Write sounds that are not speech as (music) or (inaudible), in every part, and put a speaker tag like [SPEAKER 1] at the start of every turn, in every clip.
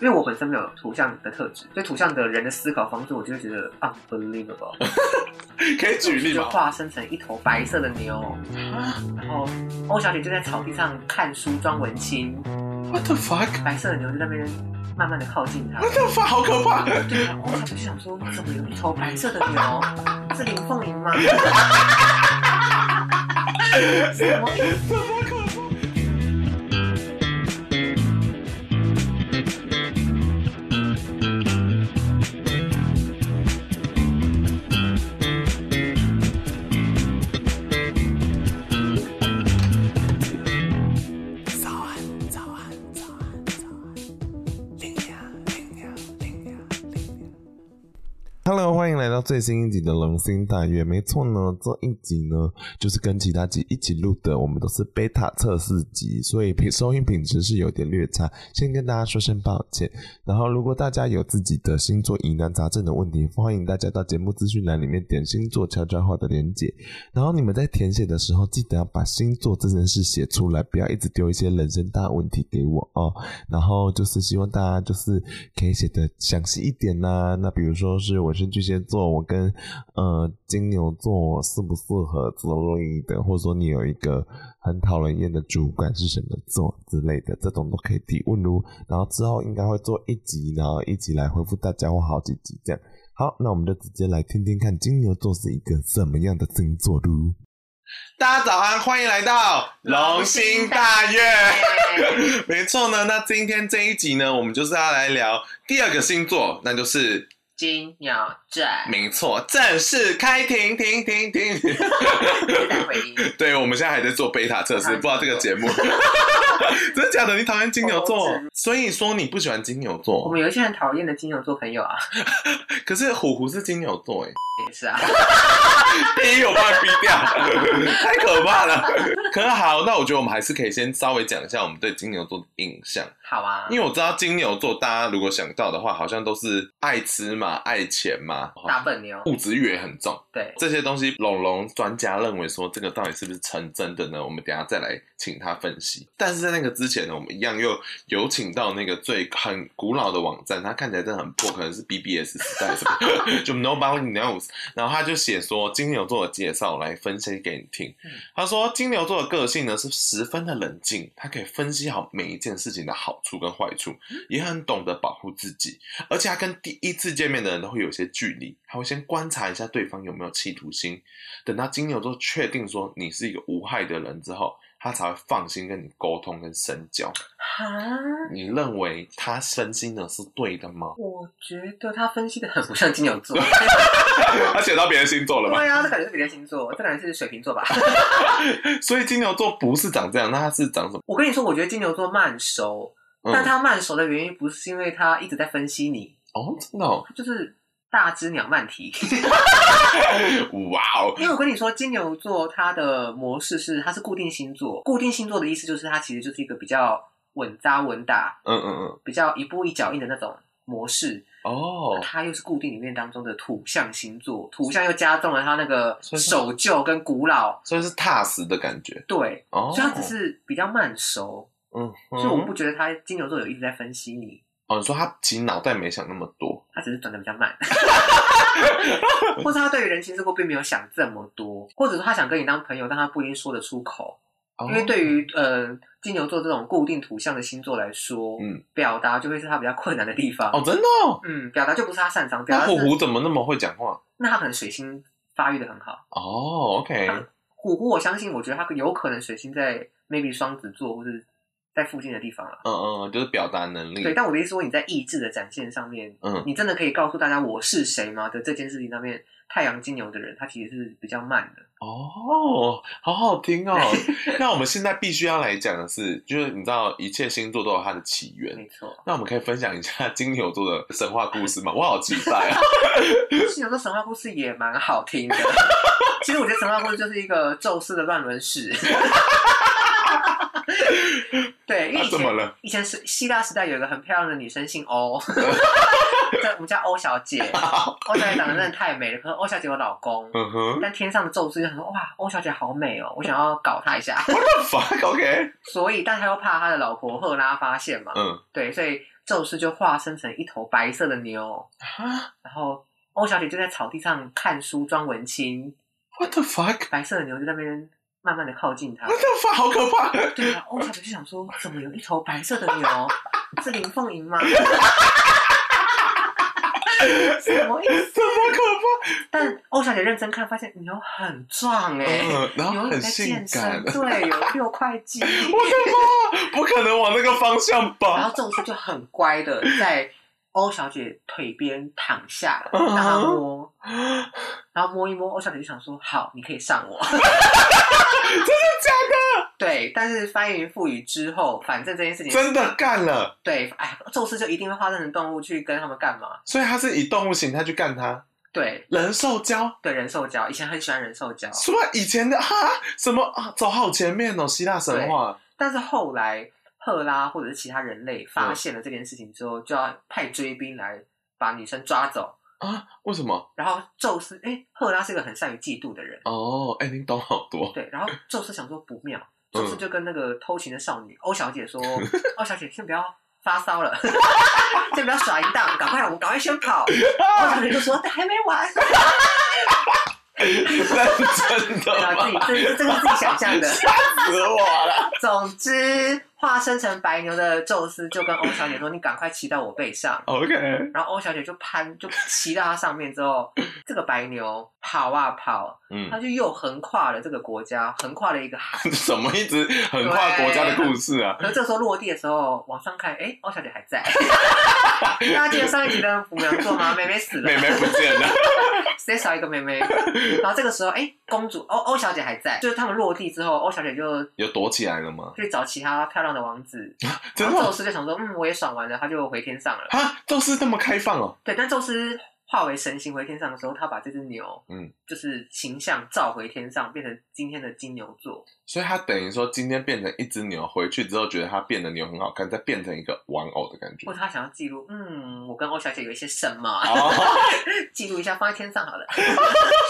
[SPEAKER 1] 因为我本身没有图像的特质，对图像的人的思考方式，我就会觉得 unbelievable。
[SPEAKER 2] 可以举例
[SPEAKER 1] 就 (laughs)
[SPEAKER 2] 吗？
[SPEAKER 1] 化身成一头白色的牛，然后欧小姐就在草地上看书装文青，
[SPEAKER 2] What the fuck?
[SPEAKER 1] 白色的牛就在那边慢慢的靠近她。
[SPEAKER 2] What the fuck? 好可怕！ (laughs)
[SPEAKER 1] 对啊，欧小姐就想说，怎么有一头白色的牛？是林凤营吗？ (laughs) 什么？
[SPEAKER 2] 早安，早安，早安，早安，零呀零呀零呀零呀。
[SPEAKER 3] Hello，欢迎来到最新一集的《龙心大悦》。没错呢，这一集呢就是跟其他集一起录的，我们都是 beta 测试集，所以品收音品质是有点略差，先跟大家说声抱歉。然后，如果大家有自己的星座疑难杂症的问题，欢迎大家到节目资讯栏里面点星座悄悄话的连接。然后你们在填写的时候，记得要把星座这件事写出来，不要一直丢一些人生大问题给我哦。然后就是希望大家就是可以写的详细一点呐、那比如说是我是巨蟹座，我跟呃金牛座适不适合之类的，或者说你有一个很讨人厌的主管是什么座之类的，这种都可以提问如。然后之后应该会做一集，然后一集来回复大家或好几集这样。好，那我们就直接来听听看金牛座是一个什么样的星座噜。
[SPEAKER 2] 大家早安，欢迎来到龙心大悦。 (laughs) 没错呢，那今天这一集呢，我们就是要来聊第二个星座，那就是
[SPEAKER 1] 金鸟站，
[SPEAKER 2] 没错，正式开庭，停停停。 (laughs)
[SPEAKER 1] 待 (laughs) 回音。
[SPEAKER 2] 对，我们现在还在做贝塔测试，不知道这个节目。 (laughs) 真的假的？你讨厌金牛座
[SPEAKER 1] 我我只，
[SPEAKER 2] 所以说你不喜欢金牛
[SPEAKER 1] 我
[SPEAKER 2] 座。
[SPEAKER 1] 们有一些很讨厌的金牛座朋友啊， (laughs)
[SPEAKER 2] 可是虎虎是金牛座，哎，
[SPEAKER 1] 也是啊。
[SPEAKER 2] 第一哎有办逼掉， (laughs) 太可怕了。可是好，那我觉得我们还是可以先稍微讲一下我们对金牛座的印象，
[SPEAKER 1] 好啊，
[SPEAKER 2] 因为我知道金牛座大家如果想到的话，好像都是爱吃嘛、爱钱嘛，
[SPEAKER 1] 大笨牛，
[SPEAKER 2] 物质欲也很重。
[SPEAKER 1] 对，
[SPEAKER 2] 这些东西，龙龙专家认为说这个到底是不是成真的呢？我们等一下再来请他分析。但是在那个之前呢，我们一样又有请到那个最很古老的网站，它看起来真的很破，可能是 BBS 时代什么的，就 Nobody Knows。然后他就写说金牛座的介绍来分析给你听。他说金牛座的个性呢是十分的冷静，他可以分析好每一件事情的好处跟坏处，也很懂得保护自己。而且他跟第一次见面的人都会有些距离，他会先观察一下对方有没有企图心，等到金牛座确定说你是一个无害的人之后，他才会放心跟你沟通跟深交。
[SPEAKER 1] 哈，？
[SPEAKER 2] 你认为他分析呢是对的吗
[SPEAKER 1] 我觉得他分析的很不像金牛
[SPEAKER 2] (laughs)
[SPEAKER 1] 座。
[SPEAKER 2] 他写到别人星座了吧？
[SPEAKER 1] 对啊，这感觉是别的星座，这感觉是水瓶座吧？ (laughs)
[SPEAKER 2] 所以金牛座不是长这样，那他是长什么？
[SPEAKER 1] 我跟你说，我觉得金牛座慢熟，但
[SPEAKER 2] 嗯，
[SPEAKER 1] 他慢熟的原因不是因为他一直在分析你，
[SPEAKER 2] 哦，真的、哦，
[SPEAKER 1] 他就是大只鸟慢
[SPEAKER 2] (laughs)
[SPEAKER 1] 提。
[SPEAKER 2] 哇哦，
[SPEAKER 1] 因为我跟你说，金牛座它的模式是它是固定星座，固定星座的意思就是它其实就是一个比较稳扎稳打、
[SPEAKER 2] 嗯嗯嗯，
[SPEAKER 1] 比较一步一脚印的那种模式。
[SPEAKER 2] 哦，
[SPEAKER 1] 它又是固定里面当中的土象星座，土象又加重了它那个
[SPEAKER 2] 所以是
[SPEAKER 1] 守旧跟古老，
[SPEAKER 2] 所以是踏实的感觉，
[SPEAKER 1] 对，
[SPEAKER 2] 哦，
[SPEAKER 1] 所以它只，是比较慢熟，
[SPEAKER 2] 嗯，
[SPEAKER 1] 所以我不觉得他金牛座有一直在分析你，
[SPEAKER 2] 哦，你说他其实脑袋没想那么多，
[SPEAKER 1] 他只是转的比较
[SPEAKER 2] (laughs)
[SPEAKER 1] 慢，或者他对于人情世故并没有想这么多，或者说他想跟你当朋友，但他不一定说得出口，
[SPEAKER 2] 哦
[SPEAKER 1] 因为对于呃金牛座这种固定图像的星座来说，
[SPEAKER 2] 嗯，
[SPEAKER 1] 表达就会是他比较困难的地方，
[SPEAKER 2] 哦，真的、哦，
[SPEAKER 1] 嗯，表达就不是他擅长，表
[SPEAKER 2] 那
[SPEAKER 1] 达
[SPEAKER 2] 虎
[SPEAKER 1] 是
[SPEAKER 2] 虎怎么那么会讲话？
[SPEAKER 1] 那他可能水星发育的很好，
[SPEAKER 2] 哦，OK，
[SPEAKER 1] 啊虎虎我相信，我觉得他有可能水星在 maybe 双子座或是在附近的地方啊。
[SPEAKER 2] 嗯嗯，就是表达能力，
[SPEAKER 1] 对，但我的意思说，你在意志的展现上面，
[SPEAKER 2] 嗯，
[SPEAKER 1] 你真的可以告诉大家我是谁吗的这件事情上面，太阳金牛的人他其实是比较慢的。
[SPEAKER 2] 哦，好好听
[SPEAKER 1] (laughs)
[SPEAKER 2] 哦。那我们现在必须要来讲的是，就是你知道一切星座都有它的起源。
[SPEAKER 1] 没错，
[SPEAKER 2] 那我们可以分享一下金牛座的神话故事吗？我好期待啊！
[SPEAKER 1] 金牛座神话故事也蛮好听的。 (laughs) 其实我觉得神话故事就是一个宙斯的乱伦史， (laughs) 对，因为
[SPEAKER 2] 啊
[SPEAKER 1] 以
[SPEAKER 2] (laughs) 怎
[SPEAKER 1] 前、
[SPEAKER 2] 么了
[SPEAKER 1] 以前是希腊时代有一个很漂亮的女生姓
[SPEAKER 2] (laughs)
[SPEAKER 1] 欧，这我们叫欧小姐，欧小姐长得真的太美了。可是欧小姐有老公，
[SPEAKER 2] 嗯哼
[SPEAKER 1] 但天上的宙斯就想说，哇，欧小姐好美哦，我想要搞她一下。
[SPEAKER 2] ，fuck，OK，
[SPEAKER 1] 所以，但他又怕他的老婆赫拉发现嘛，
[SPEAKER 2] 嗯，
[SPEAKER 1] 对，所以宙斯就化身成一头白色的牛，
[SPEAKER 2] 啊
[SPEAKER 1] 然后欧小姐就在草地上看书装文青，
[SPEAKER 2] ，what the fuck，what
[SPEAKER 1] 白色的牛就在那边慢慢的靠近
[SPEAKER 2] (laughs)
[SPEAKER 1] 他。
[SPEAKER 2] the fuck，好可怕，
[SPEAKER 1] 对啊，欧小姐就想说，怎么有一头白色的牛？是林凤营吗？ (laughs) 什么意思？
[SPEAKER 2] 怎么可
[SPEAKER 1] 但欧小姐认真看，发现牛很壮哎、
[SPEAKER 2] 怕？嗯，
[SPEAKER 1] 牛
[SPEAKER 2] 然后
[SPEAKER 1] 有在
[SPEAKER 2] 很性
[SPEAKER 1] 健
[SPEAKER 2] 感
[SPEAKER 1] 身，，对，有六块
[SPEAKER 2] (laughs)
[SPEAKER 1] 肌。
[SPEAKER 2] 我的
[SPEAKER 1] (laughs)
[SPEAKER 2] 妈！不可能往那个方向
[SPEAKER 1] 然
[SPEAKER 2] 吧？
[SPEAKER 1] 后宙斯就很乖的在欧小姐腿边躺下，
[SPEAKER 2] 嗯
[SPEAKER 1] 让她摸，然后摸一摸，欧小姐就想说：“好，你可以上我。” (laughs) 真的假的？对，但是翻云覆雨之后，反正这件事情
[SPEAKER 2] 真的干了，
[SPEAKER 1] 对，哎，宙斯就一定会化身成动物去跟他们干嘛？
[SPEAKER 2] 所以他是以动物形态去干他。
[SPEAKER 1] 对，
[SPEAKER 2] 人兽交，
[SPEAKER 1] 对，人兽交，以前很喜欢人兽交，
[SPEAKER 2] 什么以前的哈什么啊，走好前面哦，希腊神话，
[SPEAKER 1] 但是后来赫拉或者是其他人类发现了这件事情之后，就要派追兵来把女生抓走。
[SPEAKER 2] 啊为什么？
[SPEAKER 1] 然后宙斯，哎，赫拉是个很善于嫉妒的人，
[SPEAKER 2] 哦，哎、你懂好
[SPEAKER 1] (laughs)
[SPEAKER 2] 多，
[SPEAKER 1] 对，然后宙斯想说不妙，
[SPEAKER 2] 嗯
[SPEAKER 1] 宙斯就跟那个偷情的少女欧小姐说：“欧小姐，先不要发骚了， (laughs) 先不要耍淫荡，赶快，我们赶快先跑。”欧小姐就说：“还没完。
[SPEAKER 2] 认真”
[SPEAKER 1] 对啊
[SPEAKER 2] 的，
[SPEAKER 1] 自
[SPEAKER 2] 吗？
[SPEAKER 1] 己这是这个是自己想象
[SPEAKER 2] (laughs)
[SPEAKER 1] 的。
[SPEAKER 2] 死我了！
[SPEAKER 1] 总之，化身成白牛的宙斯就跟欧小姐说：“你赶快骑到我背上。”
[SPEAKER 2] OK，
[SPEAKER 1] 然后欧小姐就攀，就骑到它上面之后，这个白牛跑啊跑，它
[SPEAKER 2] (laughs) 嗯，
[SPEAKER 1] 就又横跨了这个国家，横跨了一个海。
[SPEAKER 2] 怎么一直横跨国家的故事啊？
[SPEAKER 1] 可是这时候落地的时候，往上看，哎，欧小姐还
[SPEAKER 2] (laughs)
[SPEAKER 1] 在。大家记得上一集的母羊座吗？妹妹死了，
[SPEAKER 2] 妹妹不见了， (laughs)
[SPEAKER 1] 谁少一个妹妹？然后这个时候，哎，公主欧欧小姐还在，就是他们落地之后，欧小姐就
[SPEAKER 2] 有躲起来
[SPEAKER 1] (laughs)
[SPEAKER 2] 了吗？
[SPEAKER 1] 去找其他漂亮的王子，然
[SPEAKER 2] 真
[SPEAKER 1] 后宙
[SPEAKER 2] 的
[SPEAKER 1] 斯就想说，嗯，我也爽完了，他就回天上了。
[SPEAKER 2] 啊，都是这么开放哦。
[SPEAKER 1] 对，但宙斯化为神形回天上的时候，他把这只牛，
[SPEAKER 2] 嗯，
[SPEAKER 1] 就是形象召回天上，变成今天的金牛座。
[SPEAKER 2] 所以他等于说今天变成一只牛，回去之后觉得他变的牛很好看，再变成一个玩偶的感觉
[SPEAKER 1] 或。者他想要记录，嗯，我跟欧小姐有一些什么，
[SPEAKER 2] 哦， (laughs)
[SPEAKER 1] 记录一下，放在天上好了。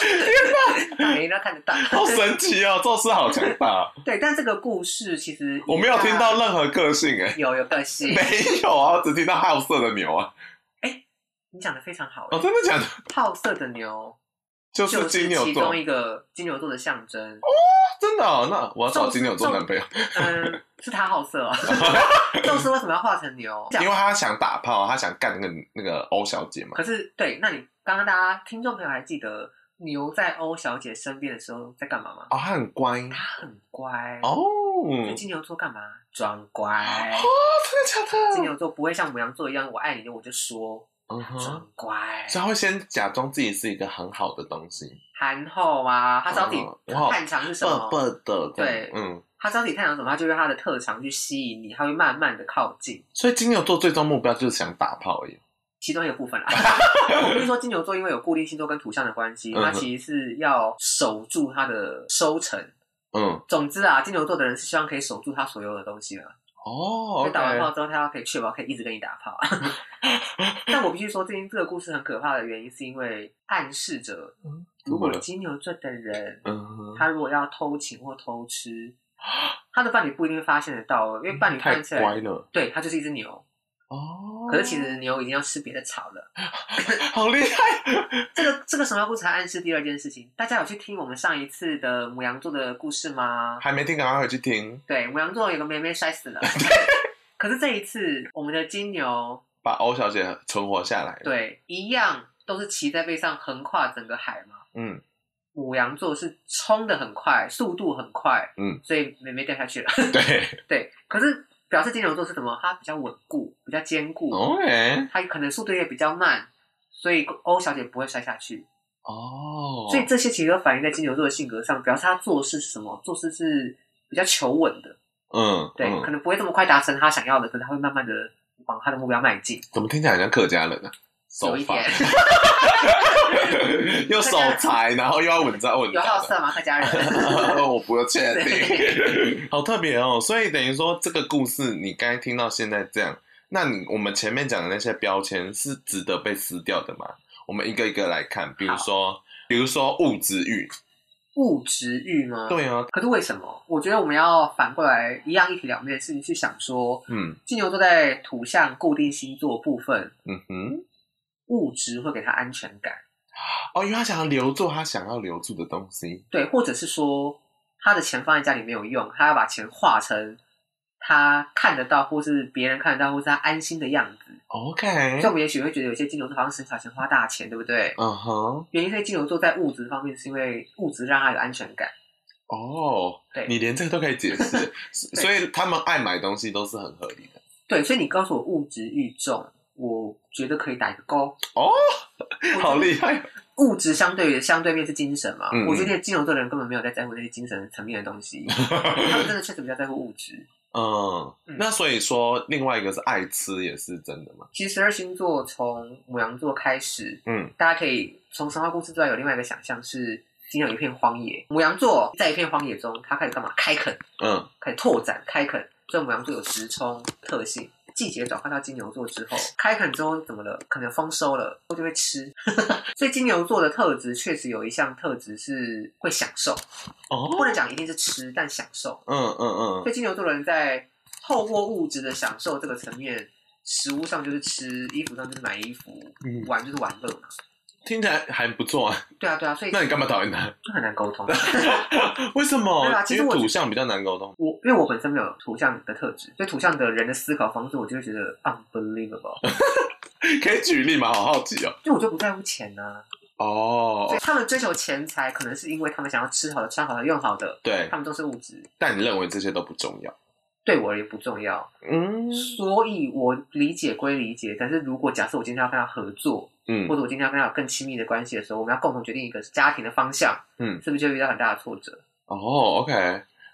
[SPEAKER 1] 天哪，人家看得到。
[SPEAKER 2] 好神奇哦！宙斯好强大，
[SPEAKER 1] (laughs) 对，啊但这个故事其实啊
[SPEAKER 2] 我没有听到任何个性
[SPEAKER 1] (laughs)
[SPEAKER 2] 哎、
[SPEAKER 1] 有有个性，
[SPEAKER 2] 没有啊，我只听到好色的牛啊！
[SPEAKER 1] 你讲的非常好
[SPEAKER 2] 哦，。真的假的？
[SPEAKER 1] 好色的牛
[SPEAKER 2] 就
[SPEAKER 1] 就是
[SPEAKER 2] 金
[SPEAKER 1] 是
[SPEAKER 2] 牛
[SPEAKER 1] 其
[SPEAKER 2] 座
[SPEAKER 1] 中，一个金牛座的象征。
[SPEAKER 2] 真的哦。那我要找金牛座
[SPEAKER 1] 宙斯
[SPEAKER 2] 男朋友，
[SPEAKER 1] 嗯，是他好
[SPEAKER 2] (laughs)
[SPEAKER 1] 色哦。宙斯为什么要化成牛？
[SPEAKER 2] 因为他想打炮，他想干那个那个欧小姐嘛。
[SPEAKER 1] 可是对，那你刚刚大家听众朋友还记得牛在欧小姐身边的时候在干嘛吗？
[SPEAKER 2] 哦，他很乖
[SPEAKER 1] 他很乖
[SPEAKER 2] 哦。
[SPEAKER 1] 所以金牛座干嘛？装乖。
[SPEAKER 2] 哦，真的假
[SPEAKER 1] 金
[SPEAKER 2] 的？
[SPEAKER 1] 牛座不会像母羊座一样，我爱你我就说，
[SPEAKER 2] 嗯哼，
[SPEAKER 1] 装乖，
[SPEAKER 2] 所以他会先假装自己是一个很好的东西，
[SPEAKER 1] 憨厚啊，他知道自己
[SPEAKER 2] 哦哇
[SPEAKER 1] 擅长是什
[SPEAKER 2] 笨
[SPEAKER 1] 么，
[SPEAKER 2] 笨的，
[SPEAKER 1] 对
[SPEAKER 2] 嗯。
[SPEAKER 1] 他知道自己擅长什么，他就用他的特长去吸引你，他会慢慢的靠近。
[SPEAKER 2] 所以金牛座最终目标就是想打炮而已。
[SPEAKER 1] 其中一个部
[SPEAKER 2] (laughs)
[SPEAKER 1] 分啦，因为我不是说金牛座因为有固定星座跟土象的关系，
[SPEAKER 2] 嗯哼
[SPEAKER 1] 他其实是要守住他的收成，
[SPEAKER 2] 嗯，
[SPEAKER 1] 总之啊，金牛座的人是希望可以守住他所有的东西了。
[SPEAKER 2] 哦
[SPEAKER 1] 所以打完
[SPEAKER 2] ，OK，
[SPEAKER 1] 炮之后，他要可以确保可以一直跟你打
[SPEAKER 2] (laughs)
[SPEAKER 1] 炮。但我必须说，这件这个故事很可怕的原因，是因为暗示着
[SPEAKER 2] 嗯，
[SPEAKER 1] 如果
[SPEAKER 2] 怎么了
[SPEAKER 1] 金牛座的人，
[SPEAKER 2] 嗯，
[SPEAKER 1] 他如果要偷情或偷吃，他的伴侣不一定发现得到哦，因为伴侣
[SPEAKER 2] 太
[SPEAKER 1] 看起
[SPEAKER 2] 乖
[SPEAKER 1] 来，
[SPEAKER 2] 了
[SPEAKER 1] 对他就是一只牛，
[SPEAKER 2] 哦。
[SPEAKER 1] 可是其实牛已经要吃别的草了。
[SPEAKER 2] 好厉害，
[SPEAKER 1] 这个这个神话故事还暗示第二件事情，大家有去听我们上一次的母羊座的故事吗？
[SPEAKER 2] 还没听，赶快回去听，
[SPEAKER 1] 对，母羊座有个妹妹摔死
[SPEAKER 2] (laughs)
[SPEAKER 1] 了。可是这一次，我们的金牛
[SPEAKER 2] 把欧小姐存活下来。，
[SPEAKER 1] 对一样都是骑在背上横跨整个海嘛。
[SPEAKER 2] 嗯，
[SPEAKER 1] 母羊座是冲的很快，速度很快，
[SPEAKER 2] 嗯，
[SPEAKER 1] 所以妹妹掉下去了。
[SPEAKER 2] 对
[SPEAKER 1] (laughs) 对，可是表示金牛座是什么？它比较稳固，比较坚固，
[SPEAKER 2] 哦，OK，
[SPEAKER 1] 它可能速度也比较慢，所以欧小姐不会摔下去。
[SPEAKER 2] 哦，
[SPEAKER 1] 所以这些其实都反映在金牛座的性格上，表示他做事是什么？做事是比较求稳的，
[SPEAKER 2] 嗯，
[SPEAKER 1] 对，
[SPEAKER 2] 嗯
[SPEAKER 1] 可能不会这么快达成他想要的，可是他会慢慢的往他的目标迈进。
[SPEAKER 2] 怎么听起来很像客家人呢？啊手
[SPEAKER 1] 有一
[SPEAKER 2] 法
[SPEAKER 1] 点，
[SPEAKER 2] (laughs) 又手裁，然后又要稳扎稳
[SPEAKER 1] (laughs) 有
[SPEAKER 2] 打
[SPEAKER 1] 好
[SPEAKER 2] 的。
[SPEAKER 1] 色吗？客家人
[SPEAKER 2] (laughs) 我不确定，好特别哦。所以等于说，这个故事你刚才听到现在这样，那你我们前面讲的那些标签是值得被撕掉的吗？我们一个一个来看，比如说，比如说物质欲，
[SPEAKER 1] 物质欲吗？。
[SPEAKER 2] 对啊，
[SPEAKER 1] 可是为什么？我觉得我们要反过来一样一体两面的事情去想说，
[SPEAKER 2] 嗯
[SPEAKER 1] 金牛座在土象固定星座部分，
[SPEAKER 2] 嗯哼，
[SPEAKER 1] 物质会给他安全感，
[SPEAKER 2] 哦，因为他想要留住他想要留住的东西，
[SPEAKER 1] 对，或者是说他的钱放在家里没有用，他要把钱化成他看得到，或是别人看得到，或是他安心的样子。
[SPEAKER 2] OK，
[SPEAKER 1] 所以我们也许会觉得有些金牛座好像省小钱花大钱，对不对？
[SPEAKER 2] 嗯哼，
[SPEAKER 1] 原因是金牛座在物质方面是因为物质让他有安全感，
[SPEAKER 2] 哦，
[SPEAKER 1] 对
[SPEAKER 2] 你连这个都可
[SPEAKER 1] (laughs)
[SPEAKER 2] 以解释，所以他们爱买东西都是很合理的。
[SPEAKER 1] 对，所以你告诉我物质欲重，我觉得可以打一个勾。
[SPEAKER 2] 哦，
[SPEAKER 1] 我
[SPEAKER 2] 好厉害！
[SPEAKER 1] 物质相对于相对面是精神嘛，
[SPEAKER 2] 嗯
[SPEAKER 1] 我觉得金牛座的人根本没有在在乎那些精神层面的东
[SPEAKER 2] (laughs)
[SPEAKER 1] 西，他们真的确实比较在乎物质。 (laughs)
[SPEAKER 2] 嗯
[SPEAKER 1] 嗯，
[SPEAKER 2] 那所以说，另外一个是爱吃，也是真的嘛？
[SPEAKER 1] 其实十二星座从母羊座开始，
[SPEAKER 2] 嗯，
[SPEAKER 1] 大家可以从神话故事之外有另外一个想象是，金牛有一片荒野，母羊座在一片荒野中，它开始干嘛？开垦，
[SPEAKER 2] 嗯，
[SPEAKER 1] 开始拓展，开垦。所以母羊座有直冲特性，季节转换到金牛座之后，开垦之后怎么了？可能丰收了，我就会吃。 (laughs) 所以金牛座的特质确实有一项特质是会享受，不
[SPEAKER 2] 哦，
[SPEAKER 1] 能讲一定是吃，但享受。
[SPEAKER 2] 嗯嗯
[SPEAKER 1] 所以金牛座的人在透过物质的享受这个层面，食物上就是吃，衣服上就是买衣服，
[SPEAKER 2] 嗯，
[SPEAKER 1] 玩就是玩乐嘛。
[SPEAKER 2] 听起来还不错啊。
[SPEAKER 1] 对啊，对啊，所以
[SPEAKER 2] 那你干嘛讨厌他？
[SPEAKER 1] 就很难沟
[SPEAKER 2] (laughs)
[SPEAKER 1] 通。
[SPEAKER 2] 为什么
[SPEAKER 1] 对啊？其
[SPEAKER 2] 因
[SPEAKER 1] 实
[SPEAKER 2] 为
[SPEAKER 1] 我
[SPEAKER 2] 土象比较难沟通。
[SPEAKER 1] 我因为我本身没有图像的特质，所以图像的人的思考方式，我就会觉得 unbelievable，
[SPEAKER 2] 可以举例吗？好好奇哦。
[SPEAKER 1] 就我就不在乎钱呐、所以
[SPEAKER 2] 哦，
[SPEAKER 1] 他们追求钱财，可能是因为他们想要吃好的、穿好的、用好的，
[SPEAKER 2] 对
[SPEAKER 1] 他，们都是物质，
[SPEAKER 2] 但你认为这些都不重要？
[SPEAKER 1] 对我而言不重要。
[SPEAKER 2] 嗯
[SPEAKER 1] 所以我理解归理解，但是如果假设我今天要跟他合作，或
[SPEAKER 2] 嗯
[SPEAKER 1] 者我今天要跟他有更亲密的关系的时候，我们要共同决定一个家庭的方向，
[SPEAKER 2] 嗯，
[SPEAKER 1] 是不是就会遇到很大的挫
[SPEAKER 2] (laughs)
[SPEAKER 1] 折？
[SPEAKER 2] 哦，OK，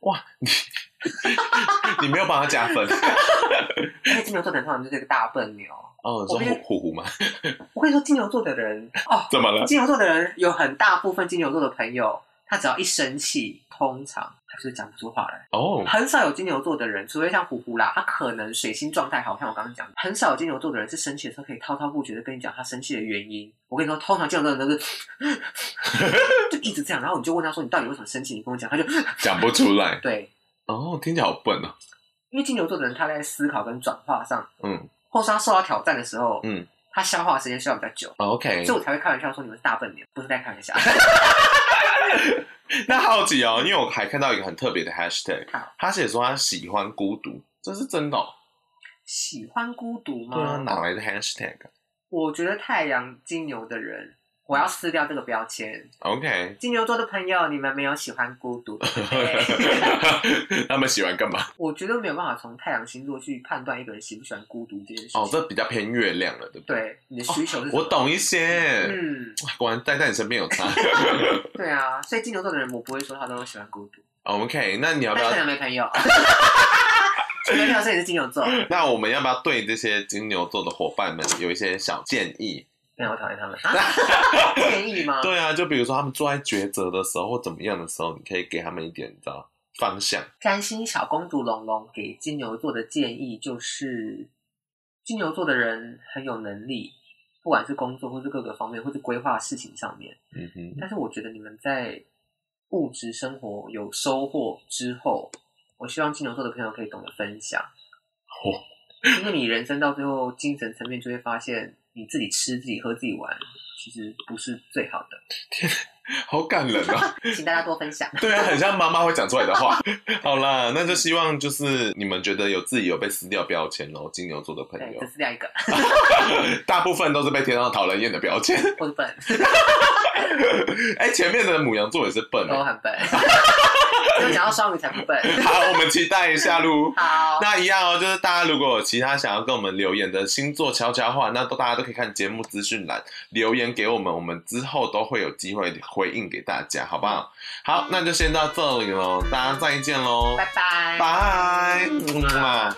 [SPEAKER 2] 哇，你 (laughs) 你没有帮他加
[SPEAKER 1] (laughs)
[SPEAKER 2] 分
[SPEAKER 1] 因为金牛座的人通常就是一个大笨牛。
[SPEAKER 2] 哦？你
[SPEAKER 1] 我没
[SPEAKER 2] 说
[SPEAKER 1] 有
[SPEAKER 2] 虎虎虎吗？
[SPEAKER 1] 我跟你说，金牛座的人哦，
[SPEAKER 2] 怎么了？
[SPEAKER 1] 金牛座的人有很大部分金牛座的朋友，他只要一生气，通常他就是讲不出话来。
[SPEAKER 2] 哦，
[SPEAKER 1] 很少有金牛座的人，除非像虎虎啦，他可能水星状态好，像我刚刚讲的，很少有金牛座的人是生气的时候可以滔滔不绝的跟你讲他生气的原因。我跟你说，通常金牛座的人都是 (laughs) 就一直这样，然后你就问他说你到底为什么生气？你跟我讲，他就 (laughs)
[SPEAKER 2] 讲不出来。
[SPEAKER 1] 对，
[SPEAKER 2] 哦，听起来好笨哦。
[SPEAKER 1] 因为金牛座的人他在思考跟转化上，
[SPEAKER 2] 嗯
[SPEAKER 1] 或是他受到挑战的时候，
[SPEAKER 2] 嗯
[SPEAKER 1] 他消化的时间需要比较久，
[SPEAKER 2] 哦，OK。
[SPEAKER 1] 所以我才会开玩笑说你们是大笨牛，不是在开玩
[SPEAKER 2] (laughs)
[SPEAKER 1] 笑。
[SPEAKER 2] 那好奇哦，因为我还看到一个很特别的 hashtag，
[SPEAKER 1] 好
[SPEAKER 2] 他写说他喜欢孤独，这是真的、哦？
[SPEAKER 1] 喜欢孤独
[SPEAKER 2] 对
[SPEAKER 1] 吗？
[SPEAKER 2] 啊，
[SPEAKER 1] 哦
[SPEAKER 2] 哪来的啊 hashtag？OK，、
[SPEAKER 1] 我觉得太阳金牛的人，我要撕掉这个标签。 (laughs)
[SPEAKER 2] OK
[SPEAKER 1] 金牛座的朋友，你们没有喜欢孤
[SPEAKER 2] (laughs)
[SPEAKER 1] 独，对不对
[SPEAKER 2] 他们喜欢干嘛？
[SPEAKER 1] 我觉得没有办法从太阳星座去判断一个人喜不喜欢孤独这件事情。
[SPEAKER 2] 哦，这比较偏月亮了，对不对？
[SPEAKER 1] 对你的需求是什么、
[SPEAKER 2] 我懂一些，
[SPEAKER 1] 嗯，
[SPEAKER 2] 果然待在你身边有差。
[SPEAKER 1] 对啊，所以金牛座的人，我不会说他都喜欢孤独，
[SPEAKER 2] 哦 OK，那你要
[SPEAKER 1] 但
[SPEAKER 2] 不
[SPEAKER 1] 可
[SPEAKER 2] 要？
[SPEAKER 1] 能没朋
[SPEAKER 2] (laughs)
[SPEAKER 1] 友。 (laughs) 除非朋友说你是金牛座，
[SPEAKER 2] 那我们要不要对这些金牛座的伙伴们有一些小建议？
[SPEAKER 1] 没有，我讨厌他
[SPEAKER 2] (laughs)
[SPEAKER 1] 们。啊建议吗？
[SPEAKER 2] 对啊，就比如说他们坐在抉择的时候或怎么样的时候，你可以给他们一点，你知道方向。
[SPEAKER 1] 占星小公主龙龙给金牛座的建议就是，金牛座的人很有能力，不管是工作或是各个方面，或是规划事情上面。
[SPEAKER 2] 嗯哼，
[SPEAKER 1] 但是我觉得你们在物质生活有收获之后，我希望金牛座的朋友可以懂得分享，
[SPEAKER 2] 哦
[SPEAKER 1] 因为你人生到最后精神层面就会发现，你自己吃、自己喝、自己玩，其实不是最好的。
[SPEAKER 2] 好感人啊！
[SPEAKER 1] (laughs) 请大家多分
[SPEAKER 2] (laughs)
[SPEAKER 1] 享。
[SPEAKER 2] 对啊，很像妈妈会讲出来的话。 (laughs) 好啦，那就希望就是你们觉得有自己有被撕掉标签咯，金牛座的朋
[SPEAKER 1] 对，
[SPEAKER 2] 友
[SPEAKER 1] 这，是另一个，
[SPEAKER 2] 大部分都是被贴上讨人厌的标签。 (laughs)
[SPEAKER 1] 我是笨，
[SPEAKER 2] 哎、前面的母羊座也是笨、
[SPEAKER 1] 都 (laughs)
[SPEAKER 2] 欸。
[SPEAKER 1] 很笨，只有讲到双鱼才不笨。
[SPEAKER 2] 好，我们期待一下喽。
[SPEAKER 1] (laughs) 好，
[SPEAKER 2] 那一样哦，就是大家如果有其他想要跟我们留言的星座悄悄话，那都大家都可以看节目资讯栏留言给我们，我们之后都会有机会回应给大家，好不
[SPEAKER 1] 嗯
[SPEAKER 2] 好？好，那就先到这里喽，大家再见喽，
[SPEAKER 1] 拜拜。
[SPEAKER 2] 拜。嗯啊